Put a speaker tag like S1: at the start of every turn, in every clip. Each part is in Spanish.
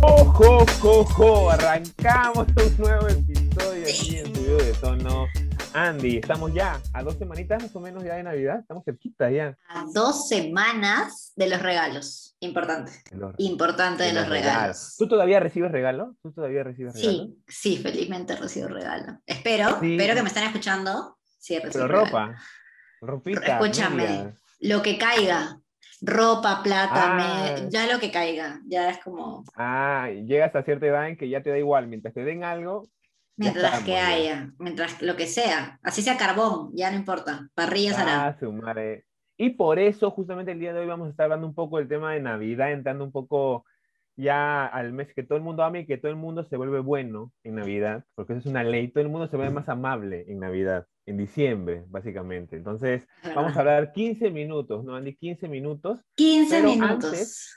S1: Jo, jo, jo, arrancamos un nuevo episodio aquí en Subido de Tono. Andy, estamos ya a dos semanitas más o menos ya de Navidad, estamos cerquita ya.
S2: A dos semanas de los regalos. Importante.
S1: Los-
S2: Importante de, los regalos.
S1: ¿Tú todavía recibes regalos? ¿Tú todavía recibes regalos?
S2: Sí, sí, felizmente recibo regalo. Espero,
S1: Sí.
S2: espero que me estén escuchando. Sí, recibo
S1: Pero
S2: regalo.
S1: ropa, ropita,
S2: Escúchame.
S1: medias.
S2: Lo que caiga. Ropa, plata,
S1: Ah.
S2: me- ya lo que caiga. Ya es como
S1: Ah, y llegas a cierta edad en que ya te da igual, mientras te den algo,
S2: mientras
S1: estamos,
S2: que
S1: ya.
S2: haya, mientras lo que sea. Así sea carbón, ya no importa. Parrilla
S1: ah,
S2: será.
S1: su madre. Y por eso, justamente el día de hoy vamos a estar hablando un poco del tema de Navidad, entrando un poco ya al mes que todo el mundo ama y que todo el mundo se vuelve bueno en Navidad, porque eso es una ley, todo el mundo se vuelve más amable en Navidad, en diciembre, básicamente. Entonces, vamos a hablar 15 minutos, ¿no, Andy? 15 minutos,
S2: 15
S1: pero
S2: minutos.
S1: antes-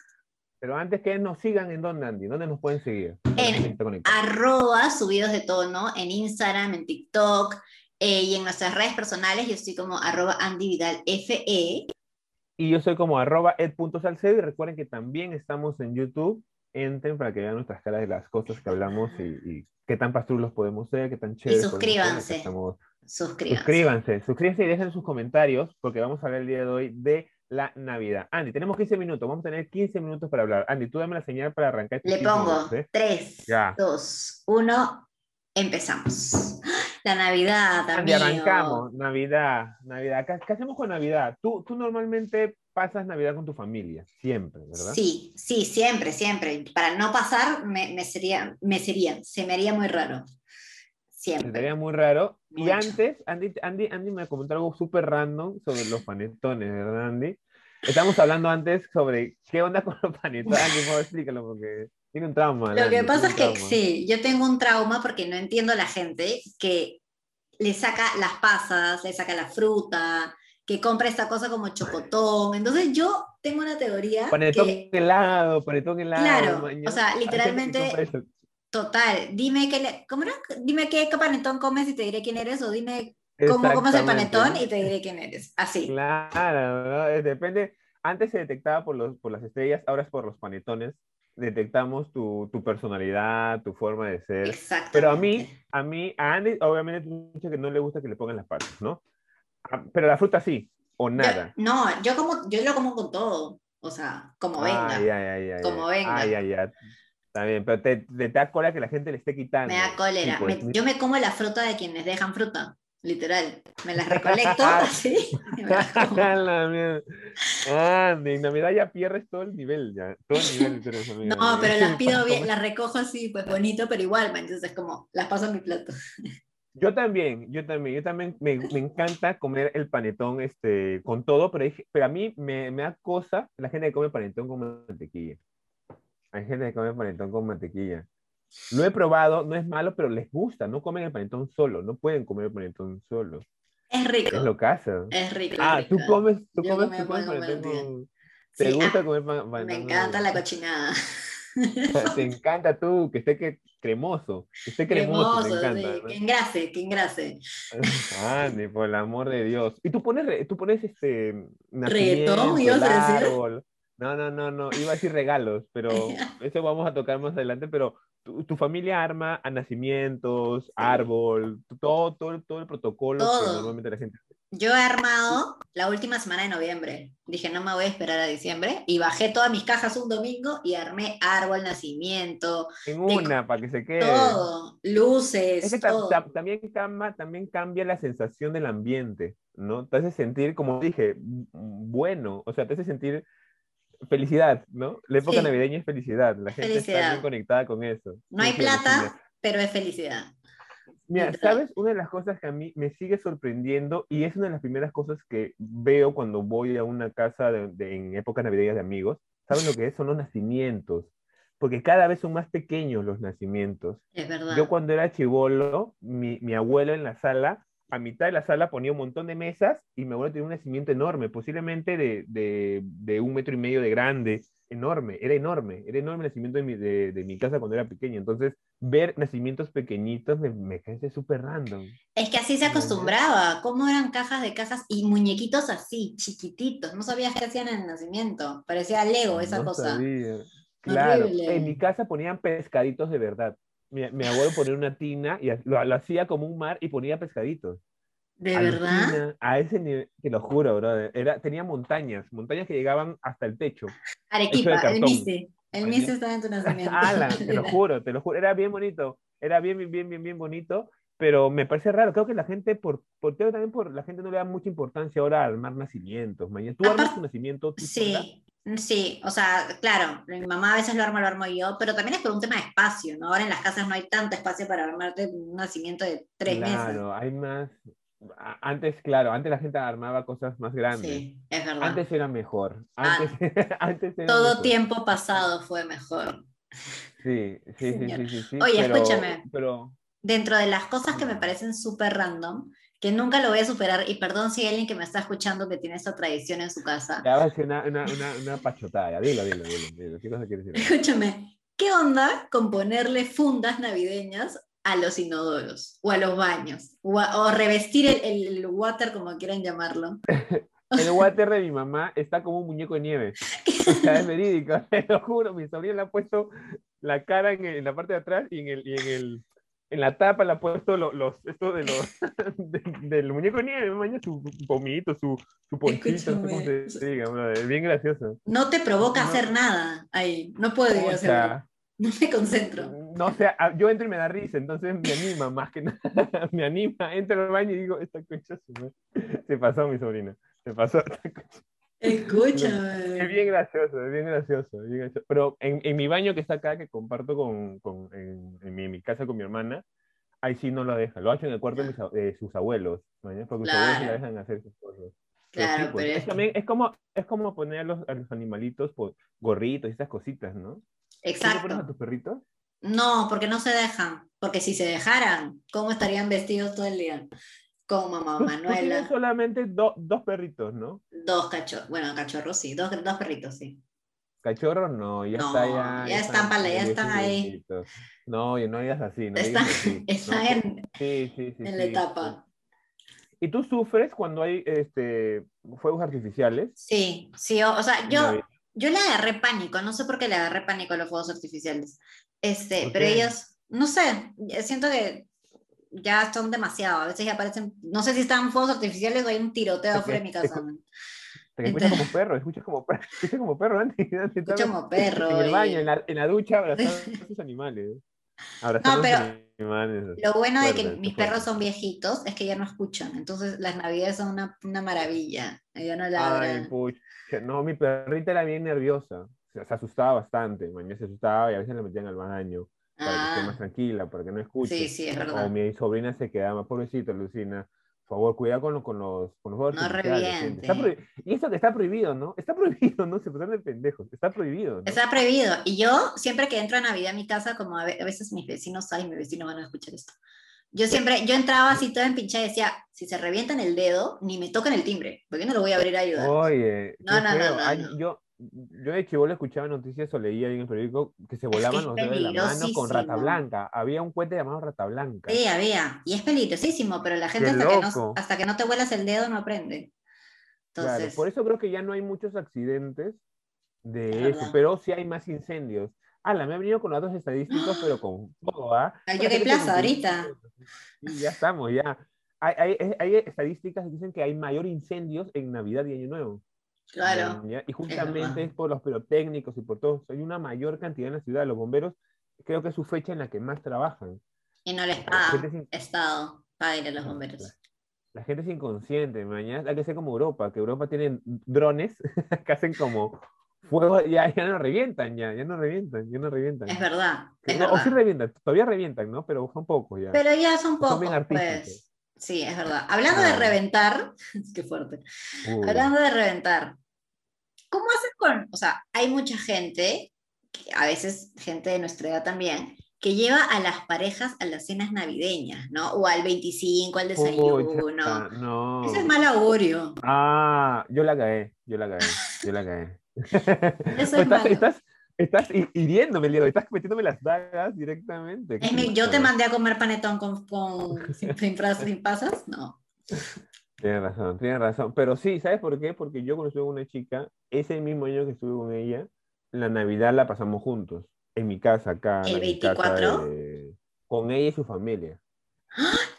S1: pero antes que nos sigan, ¿en dónde, Andy? ¿Dónde nos pueden seguir?
S2: En-
S1: Está conectado.
S2: arroba subidos de tono en Instagram, en TikTok eh, y en nuestras redes personales. Yo estoy como arroba Andy Vidal E. FE.
S1: Y yo soy como arroba ed.salcedo y recuerden que también estamos en YouTube. Entren para que vean nuestras caras de las cosas que hablamos y, y qué tan pastrulos podemos ser, qué tan chéveres. podemos ser, acá
S2: suscríbanse.
S1: estamos.
S2: Suscríbanse.
S1: Suscríbanse, suscríbanse y dejen sus comentarios porque vamos a hablar el día de hoy de la Navidad. Andy, tenemos 15 minutos, vamos a tener 15 minutos para hablar. Andy, tú dame la señal para arrancar. estos
S2: Le
S1: 15
S2: pongo
S1: minutos, ¿eh?
S2: 3,
S1: Ya.
S2: 2, 1. Empezamos. La Navidad,
S1: Andy,
S2: amigo.
S1: arrancamos. Navidad, Navidad. ¿Qué, qué hacemos con Navidad? Tú, tú normalmente pasas Navidad con tu familia, siempre, ¿verdad?
S2: Sí, sí, siempre, siempre. Para no pasar, me, me sería, me sería, se me haría muy raro. Siempre.
S1: Sería muy raro. Y
S2: Mucho.
S1: antes, Andy, Andy, Andy me comentó algo súper random sobre los panetones, ¿verdad, Andy? Estamos hablando antes sobre qué onda con los panetones. Andy, por favor, explícalo porque tiene un trauma.
S2: Lo
S1: Andy,
S2: que
S1: tiene
S2: pasa
S1: un
S2: es que
S1: trauma. ¿eh?
S2: sí, yo tengo un trauma porque no entiendo a la gente que le saca las pasas, le saca la fruta, que compra esta cosa como chocotón. Entonces yo tengo una teoría
S1: Panetón
S2: que,
S1: helado, panetón helado.
S2: claro,
S1: maña.
S2: o sea,
S1: Hay gente que compra
S2: literalmente,
S1: eso.
S2: total, dime qué, le- ¿cómo era? dime qué panetón comes y te diré quién eres, o dime cómo comes el
S1: Exactamente.
S2: panetón y te diré quién eres. Así.
S1: Claro, ¿no? Eh, depende. Antes se detectaba por, los, por las estrellas, ahora es por los panetones. Detectamos tu, tu personalidad, tu forma de ser.
S2: Exacto.
S1: Pero a mí, a mí, a Andy, obviamente, tú me has dicho que no le gusta que le pongan las patas, ¿no? Ah, Pero la fruta sí, o nada.
S2: no, yo como, yo lo como con todo. O sea, como venga.
S1: Ay, ay, ay, ay,
S2: como
S1: ay.
S2: venga.
S1: Ay, ay, ay. Está bien, pero te, te da cólera que la gente le esté quitando.
S2: Me da cólera.
S1: Sí, pues,
S2: Me- yo me como la fruta de quienes dejan fruta, literal. Me las recolecto así. y me las como.
S1: La mierda. Andy, en Navidad ya pierdes todo el nivel, ya. Todo el nivel de tus amigos,
S2: No,
S1: ya.
S2: pero las pido
S1: Como
S2: bien, las recojo así, pues bonito, pero igual, man, entonces como las paso a mi plato.
S1: Yo también, yo también, yo también me, me encanta comer el panetón este, con todo, pero, hay- pero a mí me, me da cosa la gente que come panetón con mantequilla. Hay gente que come panetón con mantequilla. Lo he probado, no es malo, pero les gusta, no comen el panetón solo, no pueden comer el panetón solo.
S2: Es rico,
S1: Es
S2: es,
S1: lo caso.
S2: rico. es
S1: Ah, tú
S2: rico.
S1: comes, tú
S2: Yo
S1: comes,
S2: comía
S1: tú comes
S2: pan con
S1: panetón
S2: mantequilla.
S1: con... ¿Te
S2: Sí,
S1: gusta
S2: ah,
S1: comer pan- panetón
S2: me
S1: con
S2: encanta la cochinada.
S1: mantequilla? Te encanta tú, que esté que, cremoso, que esté cremoso,
S2: Cremoso,
S1: te encanta.
S2: sí,
S1: ¿no?
S2: que engrase, que engrase.
S1: Andy, por el amor de Dios. Y tú pones, re- tú pones este
S2: ¿Reggaetón,
S1: nacimiento,
S2: ibas
S1: el
S2: a decir?
S1: árbol. No, no, no, no. Iba a decir regalos, pero eso vamos a tocar más adelante. Pero tu, tu familia arma a nacimientos, árbol, todo, todo, todo el protocolo que
S2: Todo.
S1: normalmente la gente.
S2: Yo he armado la última semana de noviembre. Dije, no me voy a esperar a diciembre. Y bajé todas mis cajas un domingo y armé árbol, nacimiento,
S1: En una, para que se quede.
S2: todo, luces,
S1: Es que ta-
S2: todo.
S1: ta- también, cambia, también cambia la sensación del ambiente, ¿no? Te hace sentir, como dije, m- bueno, o sea, te hace sentir felicidad, ¿no? La época
S2: Sí.
S1: navideña es felicidad, la gente está
S2: Felicidad.
S1: bien conectada con eso.
S2: No hay
S1: Sí, sí, alucina.
S2: plata, pero es felicidad.
S1: Mira,
S2: literal.
S1: ¿sabes? Una de las cosas que a mí me sigue sorprendiendo y es una de las primeras cosas que veo cuando voy a una casa de- de- en épocas navideñas de amigos, ¿saben lo que es? Son los nacimientos, porque cada vez son más pequeños los nacimientos.
S2: Es verdad.
S1: Yo cuando era chivolo, mi, mi abuelo en la sala, a mitad de la sala ponía un montón de mesas y mi abuelo tenía un nacimiento enorme, posiblemente de, de- de un metro y medio de grande, enorme, era enorme, era enorme el nacimiento de mi, de, de mi casa cuando era pequeño. Entonces, ver nacimientos pequeñitos me, me parece súper random.
S2: Es que así se acostumbraba. ¿Cómo eran cajas de casas y muñequitos así, chiquititos? No sabías qué hacían en el nacimiento. Parecía Lego Oh, esa
S1: No
S2: cosa.
S1: sabía. Claro,
S2: Horrible.
S1: en mi casa ponían pescaditos de verdad. Mi, mi abuelo ponía una tina y ha- lo, lo hacía como un mar y ponía pescaditos.
S2: ¿De
S1: Alucina,
S2: verdad?
S1: A ese nivel, te lo juro, brother. Era, tenía montañas, montañas que llegaban hasta el techo. Hecho
S2: Arequipa,
S1: de
S2: el
S1: cartón. Ah,
S2: Miste. El Miste estaba en tu nacimiento.
S1: Ala, te lo juro, te lo juro. Era bien bonito, era bien, bien, bien, bien, bien bonito, pero me parece raro. Creo que la gente, por, por creo que también por la gente no le da mucha importancia ahora al armar nacimientos. Mañana, tú armas
S2: Aparte-
S1: tu nacimiento, tú sola?
S2: Sí, sí, o sea, claro, mi mamá a veces lo arma, lo armo yo, pero también es por un tema de espacio, ¿no? Ahora en las casas no hay tanto espacio para armarte un nacimiento de tres meses.
S1: Claro, hay más. a- Antes, claro, antes la gente armaba cosas más grandes.
S2: Sí, es verdad.
S1: Antes era mejor.
S2: Ah,
S1: Antes, antes era
S2: Todo
S1: mejor.
S2: tiempo pasado fue mejor.
S1: Sí, sí, sí,
S2: Señor.
S1: sí, sí, sí,
S2: Oye,
S1: pero-
S2: escúchame.
S1: Pero,
S2: Dentro de las cosas
S1: Mm.
S2: que me parecen súper random, que nunca lo voy a superar, y perdón si hay alguien que me está escuchando que tiene esta tradición en su casa,
S1: ya va a ser una, una, una, una pachotada. ya, Dilo, dilo, dilo, dilo. ¿Qué cosa quieres decir?
S2: escúchame, ¿qué onda con ponerle fundas navideñas a los inodoros o a los baños? O, a- o revestir el, el- el water, como quieran llamarlo.
S1: El water de mi mamá está como un muñeco de nieve. O sea, es verídico, te lo juro. Mi sobrina le ha puesto la cara en, el- en la parte de atrás y en el, y en el en la tapa le ha puesto lo- los esto de los de- del muñeco de nieve, me imagino, su pomito, su, su ponchito, no sé cómo
S2: Escúchame.
S1: se diga, bro, es bien gracioso.
S2: No te provoca
S1: No.
S2: hacer nada ahí, no puedo
S1: O
S2: hacerlo,
S1: sea,
S2: no me concentro.
S1: no sé, a- yo entro y me da risa, entonces me anima más que nada, me anima, entro al baño y digo, esta concha su madre". se pasó mi sobrina, se pasó esta concha. Es
S2: Escúchame.
S1: bien gracioso, es bien gracioso, es bien gracioso. Pero en, en mi baño que está acá, que comparto con, con- en, en mi, mi casa con mi hermana, ahí sí no lo deja. Lo hace en el cuarto de, mis a- de sus abuelos, ¿no? porque sus abuelos sí la
S2: Claro.
S1: dejan hacer sus cosas. Pero sí,
S2: Claro,
S1: pues,
S2: pero
S1: es, también, es, como, es como poner a los, a los animalitos por gorritos y esas cositas, ¿no? ¿Tú le pones
S2: exacto.
S1: a tus perritos?
S2: No, porque no se dejan. Porque si se dejaran, ¿cómo estarían vestidos todo el día? Con mamá
S1: Tú- Tú tienes
S2: Manuela,
S1: solamente do- dos perritos, ¿no?
S2: dos cachorros, bueno, cachorros sí, dos, dos perritos sí.
S1: Cachorros no, ya
S2: No,
S1: está ya.
S2: ya están pala- ya están ahí.
S1: viejitos. No, oye, no digas así, no
S2: Están,
S1: digas así.
S2: están
S1: No, pues,
S2: en,
S1: Sí, sí, sí.
S2: en la
S1: sí.
S2: etapa.
S1: ¿Y tú sufres cuando hay este, fuegos artificiales?
S2: Sí, sí, o, o sea, yo,
S1: Navidad.
S2: yo le agarré pánico, no sé por qué le agarré pánico a los fuegos artificiales. Este,
S1: ¿Por
S2: pero
S1: qué?
S2: ellos, no sé, siento que ya son demasiado. A veces ya aparecen, no sé si están fuegos artificiales o hay un tiroteo
S1: Ok,
S2: fuera de mi
S1: escu-
S2: casa. ¿no?
S1: Te escuchas
S2: Entonces-
S1: como perro, escuchas como perro, escuchas como perro, Andy. Andy,
S2: Escucho
S1: estaba
S2: como perro.
S1: En el
S2: y-
S1: baño, en la, en la ducha, abrazando a sus animales. Abrazando
S2: pero-
S1: a sus animales.
S2: Lo bueno de que
S1: Fuerte,
S2: mis
S1: fuerte.
S2: perros son viejitos es que ya no escuchan, entonces las navidades son una, una maravilla. Ya no
S1: Ay,
S2: ladran.
S1: pucha. No, mi perrita era bien nerviosa. Se, se asustaba bastante. Mañana se asustaba y a veces la metían al baño para que esté
S2: Ah,
S1: más tranquila, para que no escuche.
S2: sí, sí, es
S1: O
S2: verdad.
S1: mi sobrina se quedaba, pobrecito, Lucina. Por favor, cuidado con, lo- con los con los juegos
S2: No
S1: artificiales, gente. Está
S2: reviente.
S1: prohi- y eso que está prohibido, ¿no? Está prohibido, ¿no? Se pasan de pendejos. Está prohibido, ¿no?
S2: Está prohibido. Y yo siempre que entro a Navidad a mi casa, como a ve- a veces mis vecinos, ay, mis vecinos van a escuchar esto. Yo siempre, yo entraba así toda empinchada y decía, si se revientan el dedo, ni me tocan el timbre, porque no lo voy a abrir a ayudar.
S1: Oye,
S2: No,
S1: qué
S2: no, no,
S1: feo.
S2: no,
S1: Ay,
S2: no.
S1: Yo, yo de chivolo escuchaba noticias o leía ahí en el periódico que se
S2: que
S1: volaban
S2: es
S1: los dedos de la mano con rata
S2: peligrosísimo.
S1: blanca. Había un cohete llamado rata blanca.
S2: Vea, vea. Y es peligrosísimo, pero la gente
S1: Qué
S2: hasta que, no,
S1: loco.
S2: hasta que no te vuelas el dedo no aprende.
S1: Claro,
S2: Entonces,
S1: por eso creo que ya no hay muchos accidentes de
S2: Es
S1: eso,
S2: verdad.
S1: pero sí hay más incendios. Ala, me ha venido con los datos estadísticos, pero con todo, ¿ah? Para
S2: Al Jockey
S1: que te
S2: Plaza
S1: confirme.
S2: ahorita.
S1: Sí, ya estamos, ya. Hay, hay- es- hay estadísticas que dicen que hay mayor incendios en Navidad y Año Nuevo.
S2: claro.
S1: Ya, Y
S2: verdad.
S1: justamente es por los pirotécnicos y por todo. Hay una mayor cantidad en la ciudad. Los bomberos creo que es su fecha en la que más trabajan.
S2: Y no les
S1: La
S2: paga
S1: gente sin-
S2: Estado, págale a los bomberos.
S1: La gente es inconsciente, mañana hay que ser como Europa, que Europa tienen drones que hacen como fuego, ya, ya no revientan, ya, ya no revientan, ya no revientan.
S2: Es verdad, es
S1: No, o sí
S2: verdad.
S1: revientan, todavía revientan, ¿no? Pero son pocos ya.
S2: Pero ya son
S1: Son bien
S2: pocos, pues.
S1: artísticos.
S2: Sí, es verdad. Hablando de
S1: Claro.
S2: reventar, qué fuerte.
S1: Uy.
S2: Hablando de reventar, ¿cómo haces con, o sea, hay mucha gente, que a veces gente de nuestra edad también, que lleva a las parejas a las cenas navideñas, ¿no? O al 25, al desayuno.
S1: Pucha, no.
S2: Ese es mal augurio.
S1: Ah, yo la cagué, yo la cagué, yo la cagué.
S2: es
S1: estás,
S2: malo.
S1: estás, estás hi- hiriéndome, Diego, estás metiéndome las dagas directamente.
S2: Es mi- yo te mandé a comer panetón con, con- sin, sin fras- sin pasas, no.
S1: Tienes razón, tienes razón. Pero sí, ¿sabes por qué? Porque yo conocí a una chica, ese mismo año que estuve con ella, la Navidad la pasamos juntos, en mi casa acá.
S2: ¿El
S1: en mi casa
S2: 24?
S1: de- con ella y su familia.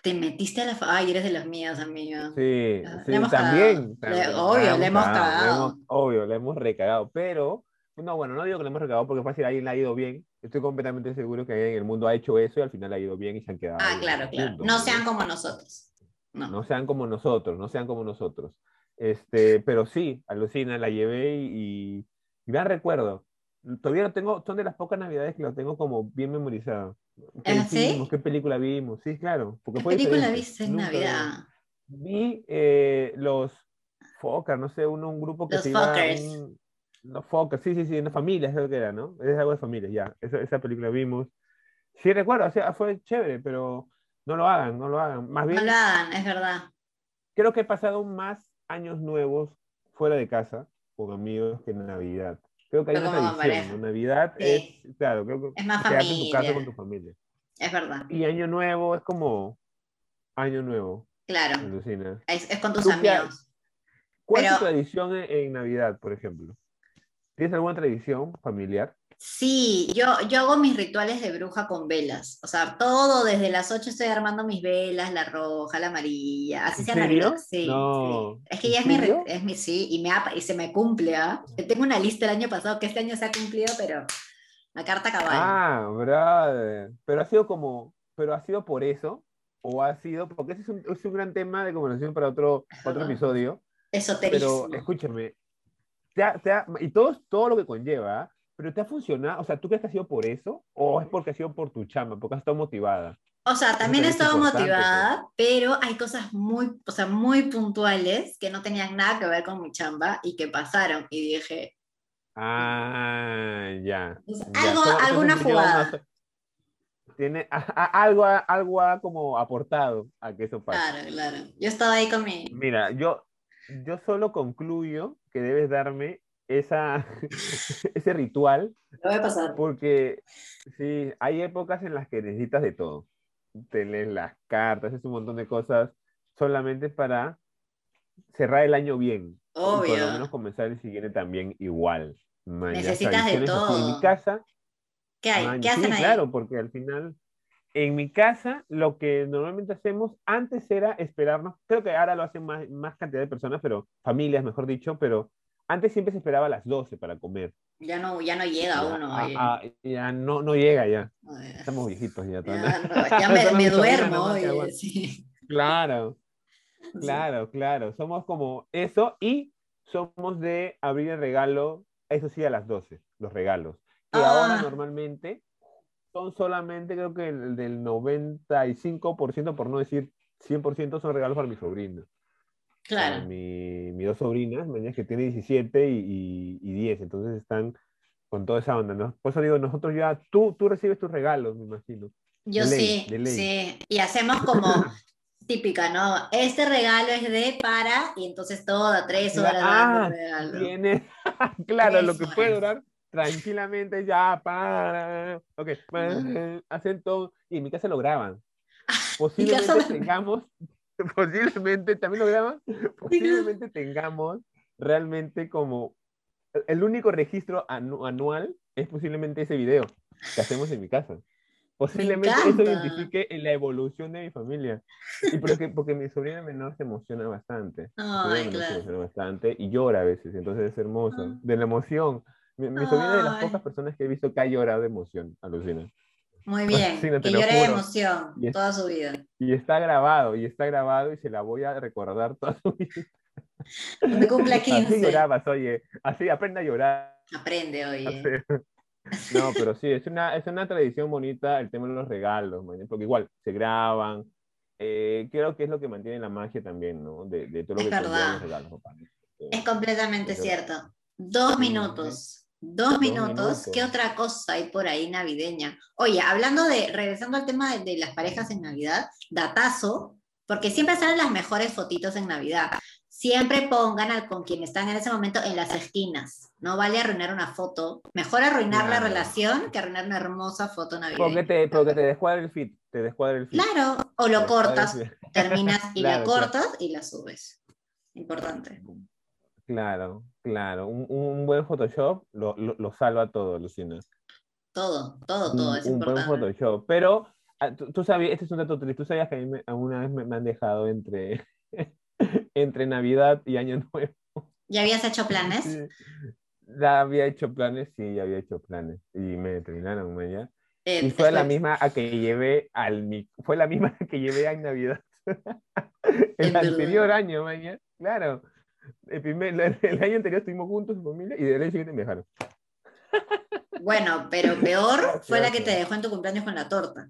S2: Te metiste a la... fa- Ay, eres de las mías, amiga.
S1: Sí,
S2: Ah,
S1: sí,
S2: le hemos
S1: también.
S2: cagado.
S1: también,
S2: Le- obvio, le hemos
S1: le
S2: cagado.
S1: hemos- obvio, le hemos recagado, pero, no, bueno, no digo que le hemos recagado porque fácil, a alguien le ha ido bien. Estoy completamente seguro que alguien en el mundo ha hecho eso y al final le ha ido bien y se han quedado.
S2: Ah,
S1: ahí
S2: claro, claro.
S1: juntos,
S2: No sean como nosotros. No.
S1: No sean como nosotros, no sean como nosotros. Este, pero sí, alucina, la llevé y, y gran recuerdo. Todavía lo tengo, son de las pocas navidades que lo tengo como bien memorizado. ¿Qué
S2: ¿Ah, sí?
S1: hicimos? ¿Qué película vimos? Sí, claro. Porque
S2: ¿Qué
S1: fue
S2: película
S1: diferente.
S2: viste en
S1: Nunca había-
S2: Navidad?
S1: Vi eh, los Fokker, no sé, un, un grupo que
S2: Los
S1: se iba a
S2: Fokkers.
S1: un- Los Fokker, sí, sí, sí, una familia, creo que era, ¿no? Es algo de familia, ya. Esa, esa película vimos. Sí, recuerdo, o sea, fue chévere, pero no lo hagan, no lo hagan. Más bien,
S2: No lo hagan, es verdad.
S1: creo que he pasado más años nuevos fuera de casa con amigos que en Navidad. Creo que hay
S2: Pero
S1: una
S2: como con
S1: tradición,
S2: pareja.
S1: ¿no? Navidad
S2: Sí.
S1: es, claro, creo que
S2: Es más
S1: quedarte en tu casa con tu
S2: familia.
S1: familia.
S2: Es verdad.
S1: Y Año Nuevo es como Año Nuevo,
S2: Claro.
S1: alucina.
S2: Es, es con tus
S1: ¿Tú qué ha-
S2: amigos.
S1: ¿Cuál es tu
S2: Pero-
S1: tradición en, en Navidad, por ejemplo? ¿Tienes alguna tradición familiar?
S2: Sí, yo, yo hago mis rituales de bruja con velas. O sea, todo desde las 8 estoy armando mis velas, la roja, la amarilla. Así
S1: ¿En
S2: sea Navidad.
S1: serio?
S2: Sí,
S1: No.
S2: sí. Es que
S1: ¿En
S2: ya es mi, ri-
S1: serio?
S2: es mi sí, y, me ha- y se me cumple. ¿ah? Tengo una lista el año pasado que este año se ha cumplido, pero la carta cabal.
S1: Ah, brother. Pero ha sido como, pero ha sido por eso, o ha sido, porque ese es un, es un gran tema de conversación para otro,
S2: Es
S1: otro
S2: verdad.
S1: episodio.
S2: Esoterismo.
S1: Pero escúchame, te ha- te ha- y todo, todo lo que conlleva, ¿ah? pero te ha funcionado, o sea, ¿tú crees que ha sido por eso? ¿O es porque ha sido por tu chamba, porque has estado motivada?
S2: O sea, también he
S1: Diferencia
S2: estado
S1: importante,
S2: motivada, pero hay cosas muy, o sea, muy puntuales que no tenían nada que ver con mi chamba y que pasaron. Y dije,
S1: Ah, ya.
S2: pues,
S1: ya.
S2: algo,
S1: Todo- entonces
S2: alguna
S1: lleva una
S2: jugada.
S1: so- tiene, a- a- algo, ha- algo ha como aportado a que eso pase.
S2: Claro, claro. Yo estaba ahí con mi...
S1: Mira, yo, yo solo concluyo que debes darme esa, ese ritual
S2: Lo voy a pasar.
S1: Porque sí, hay épocas en las que necesitas de todo. Te lees las cartas, haces un montón de cosas solamente para cerrar el año bien. Y por lo menos
S2: Obvio.
S1: comenzar el siguiente también igual. Mañana,
S2: Necesitas de
S1: tradiciones así. En mi
S2: todo.
S1: casa,
S2: ¿Qué hay?
S1: maña-
S2: ¿Qué hacen
S1: Ah, sí,
S2: ahí?
S1: claro, porque al final, en mi casa, lo que normalmente hacemos antes era esperarnos, creo que ahora lo hacen más, más cantidad de personas, pero familias, mejor dicho, pero antes siempre se esperaba a las 12 para comer.
S2: Ya no, ya no llega
S1: Ya,
S2: uno.
S1: ah,
S2: oye.
S1: ah, ya no, no llega ya.
S2: Oye.
S1: Estamos viejitos ya.
S2: Ya,
S1: tan-
S2: no, ya me,
S1: Solo
S2: me
S1: mi sobrina
S2: duermo.
S1: nomás que
S2: oye,
S1: aguanta.
S2: sí.
S1: Claro, claro, claro. Somos como eso y somos de abrir el regalo, eso sí, a las 12, los regalos. Que ahora
S2: Ah.
S1: normalmente son solamente, creo que el del 95%, por no decir 100%, son regalos para mi sobrino. Para
S2: Claro.
S1: mi, mis dos sobrinas, mañana que tiene 17 y, y- y 10, entonces están con toda esa onda, ¿no? Por eso digo, nosotros ya, tú, tú recibes tus regalos, me imagino.
S2: Yo
S1: De ley,
S2: sí,
S1: de ley.
S2: sí. Y hacemos como típica, ¿no? Este regalo es de para, y entonces toda tres
S1: Cla-
S2: horas
S1: ah,
S2: dando el regalo.
S1: Tiene, claro, lo
S2: Tres
S1: que puede
S2: horas.
S1: durar tranquilamente ya para. Ok, para, hacen todo. Y en mi casa lo graban. Posiblemente
S2: lo-
S1: tengamos, posiblemente, también lo graban, posiblemente tengamos realmente como el único registro anu- anual es posiblemente ese video que hacemos en mi casa. Posiblemente eso
S2: encanta.
S1: identifique la evolución de mi familia. Y porque, porque mi sobrina menor se emociona bastante.
S2: Ay,
S1: Bueno, se
S2: claro.
S1: emociona bastante y llora a veces, entonces es hermoso,
S2: Ah.
S1: de la emoción. Mi, mi sobrina es de las
S2: Ay.
S1: pocas personas que he visto que ha llorado de emoción, alucina.
S2: Muy bien.
S1: Sí, no te
S2: y
S1: lo
S2: lloré de
S1: juro.
S2: emoción
S1: Y es-
S2: toda su vida.
S1: Y está grabado, y está grabado y se la voy a recordar toda su vida.
S2: Cuando cumpla
S1: Así
S2: 15.
S1: llorabas, oye, así aprende a llorar.
S2: Aprende, oye.
S1: No, pero sí, es una, es una tradición bonita el tema de los regalos, man, porque igual se graban. eh, creo que es lo que mantiene la magia también, ¿no? De, de todo lo
S2: Es
S1: que conllevan los
S2: verdad.
S1: regalos, papá.
S2: Es completamente
S1: Pero-
S2: cierto. Dos
S1: Ujú.
S2: minutos. Dos, minutos.
S1: minutos.
S2: ¿Qué otra cosa hay por ahí navideña? Oye, hablando de, regresando al tema de, de las parejas en Navidad, datazo, porque siempre salen las mejores fotitos en Navidad. Siempre pongan al, con quien están en ese momento en las esquinas. No vale arruinar una foto. Mejor arruinar la
S1: Claro.
S2: relación que arruinar una hermosa foto
S1: Porque
S2: navideña.
S1: te, porque te descuadra el fit, te descuadra el fit.
S2: Claro, o
S1: Te
S2: lo
S1: descuadra el
S2: cortas,
S1: fit.
S2: terminas y la
S1: Claro, claro.
S2: cortas y la subes. Importante.
S1: Claro, claro. Un, un buen Photoshop lo, lo, lo salva todo, Lucina.
S2: Todo, todo, todo es
S1: un
S2: importante.
S1: buen Photoshop. Pero ah, tú, tú sabías, este es un dato triste, tú sabías que a mí me- alguna vez me, me han dejado entre, entre Navidad y Año Nuevo.
S2: ¿Ya habías hecho planes?
S1: Ya había hecho planes, sí, ya había hecho planes. Y me terminaron, man, ya.
S2: Eh,
S1: Y fue
S2: es
S1: la
S2: que-
S1: misma a que llevé al mi- fue la misma que llevé a Navidad.
S2: Es
S1: el
S2: verdad.
S1: anterior año, mañana. Claro. El, primer- el- el año anterior estuvimos juntos, su familia, y del año siguiente me dejaron.
S2: Bueno, pero peor fue la que te
S1: Gracias.
S2: dejó en tu cumpleaños con la torta.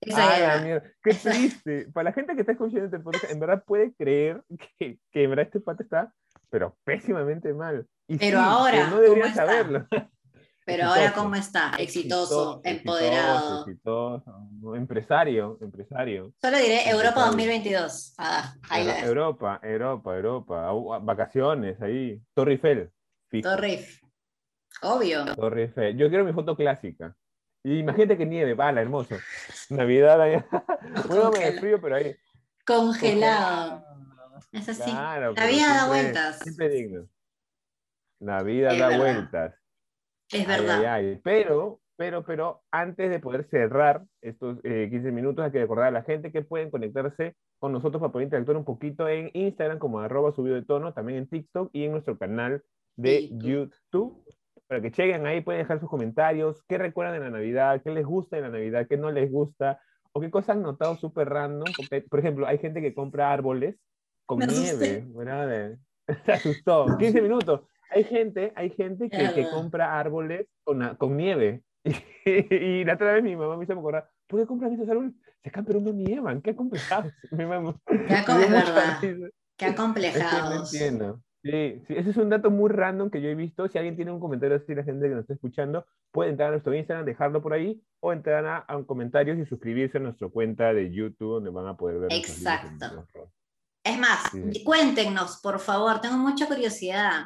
S2: Esa
S1: ¡Ah,
S2: era-
S1: la mierda! ¡Qué triste! Para la gente que está escuchando este podcast, en verdad puede creer que, que en verdad este pato está, pero pésimamente mal. Y
S2: Pero
S1: sí, que
S2: ahora,
S1: no deberían
S2: ¿cómo está?
S1: saberlo.
S2: Pero ahora,
S1: exitoso.
S2: ¿cómo está? Exitoso,
S1: Exitoso,
S2: empoderado.
S1: Exitoso, empresario, empresario.
S2: Solo diré Europa
S1: Empresario.
S2: 2022. Ah, ahí
S1: Euro-
S2: la dejo.
S1: Europa, Europa, Europa. Au- a- Vacaciones ahí. Torre Eiffel. Fijo,
S2: Torre Eiffel. Obvio.
S1: Torre Eiffel. Yo quiero mi foto clásica. Y imagínate que nieve, bala, hermoso. Navidad allá. Bueno, me
S2: Congela-
S1: frío, pero ahí.
S2: Congelado. Es así.
S1: Claro.
S2: La
S1: pero
S2: vida da
S1: siempre-
S2: vueltas.
S1: Siempre digno. La vida
S2: Es
S1: da
S2: verdad.
S1: vueltas. Ay,
S2: Es verdad.
S1: ay, ay. Pero, pero, pero, antes de poder cerrar estos eh, 15 minutos, hay que recordar a la gente que pueden conectarse con nosotros para poder interactuar un poquito en Instagram como arroba subido de tono, también en TikTok y en nuestro canal de
S2: YouTube.
S1: YouTube. Para que lleguen ahí, pueden dejar sus comentarios, qué recuerdan de la Navidad, qué les gusta de la Navidad, qué no les gusta, o qué cosas han notado súper random. Porque, por ejemplo, hay gente que compra árboles con
S2: Me asusté.
S1: nieve, brother. Se asustó. 15 minutos. Hay gente, hay gente que,
S2: Es
S1: que
S2: verdad.
S1: compra árboles con, a- con nieve. Y, la otra vez mi mamá me hizo acordar, ¿por qué compran esos árboles? Se acá, pero no nievan, qué complicados. Mi mamá.
S2: Ya como
S1: me
S2: es
S1: dio mucha
S2: verdad.
S1: risa. Es que
S2: Qué
S1: no
S2: acomplejados.
S1: entiendo. Sí, sí, ese es un dato muy random que yo he visto. Si alguien tiene un comentario así, la gente que nos está escuchando, puede entrar a nuestro Instagram, dejarlo por ahí, o entrar a, a comentarios y suscribirse a nuestra cuenta de YouTube, donde van a poder ver. nuestros videos en
S2: Exacto.
S1: nuestro-
S2: Es más,
S1: Sí.
S2: cuéntenos, por favor. Tengo mucha curiosidad.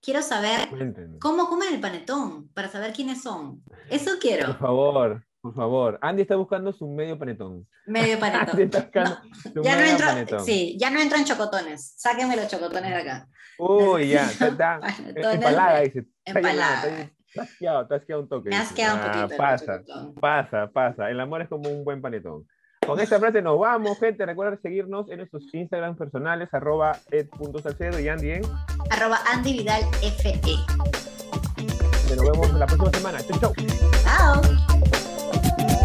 S2: Quiero saber
S1: Cuéntenos.
S2: cómo comen el panetón para saber quiénes son. Eso
S1: Por
S2: quiero.
S1: favor, por favor. Andy está buscando su medio panetón.
S2: Medio
S1: Te
S2: panetón.
S1: está buscando tu
S2: Ya no
S1: mega
S2: entro,
S1: panetón.
S2: sí, ya no entro en chocotones. Sáquenme los chocotones de acá.
S1: Uy, ya,
S2: Necesito
S1: está, está
S2: panetones
S1: Ah, empalada, dice. Está
S2: empaladas.
S1: llenada, está llen- Te has quedado, te has quedado un toque.
S2: eh, Me has
S1: dice.
S2: quedado
S1: Ah,
S2: un poquito.
S1: Pasa,
S2: el chocotón.
S1: pasa, pasa. El amor es como un buen panetón. Con esta frase nos vamos, gente. Recuerden seguirnos en nuestros Instagram personales, arroba ed.salcedo y Andy. en.
S2: Arroba Andy Vidal E. FE.
S1: Nos vemos la próxima semana. Chau, chau.
S2: Chao.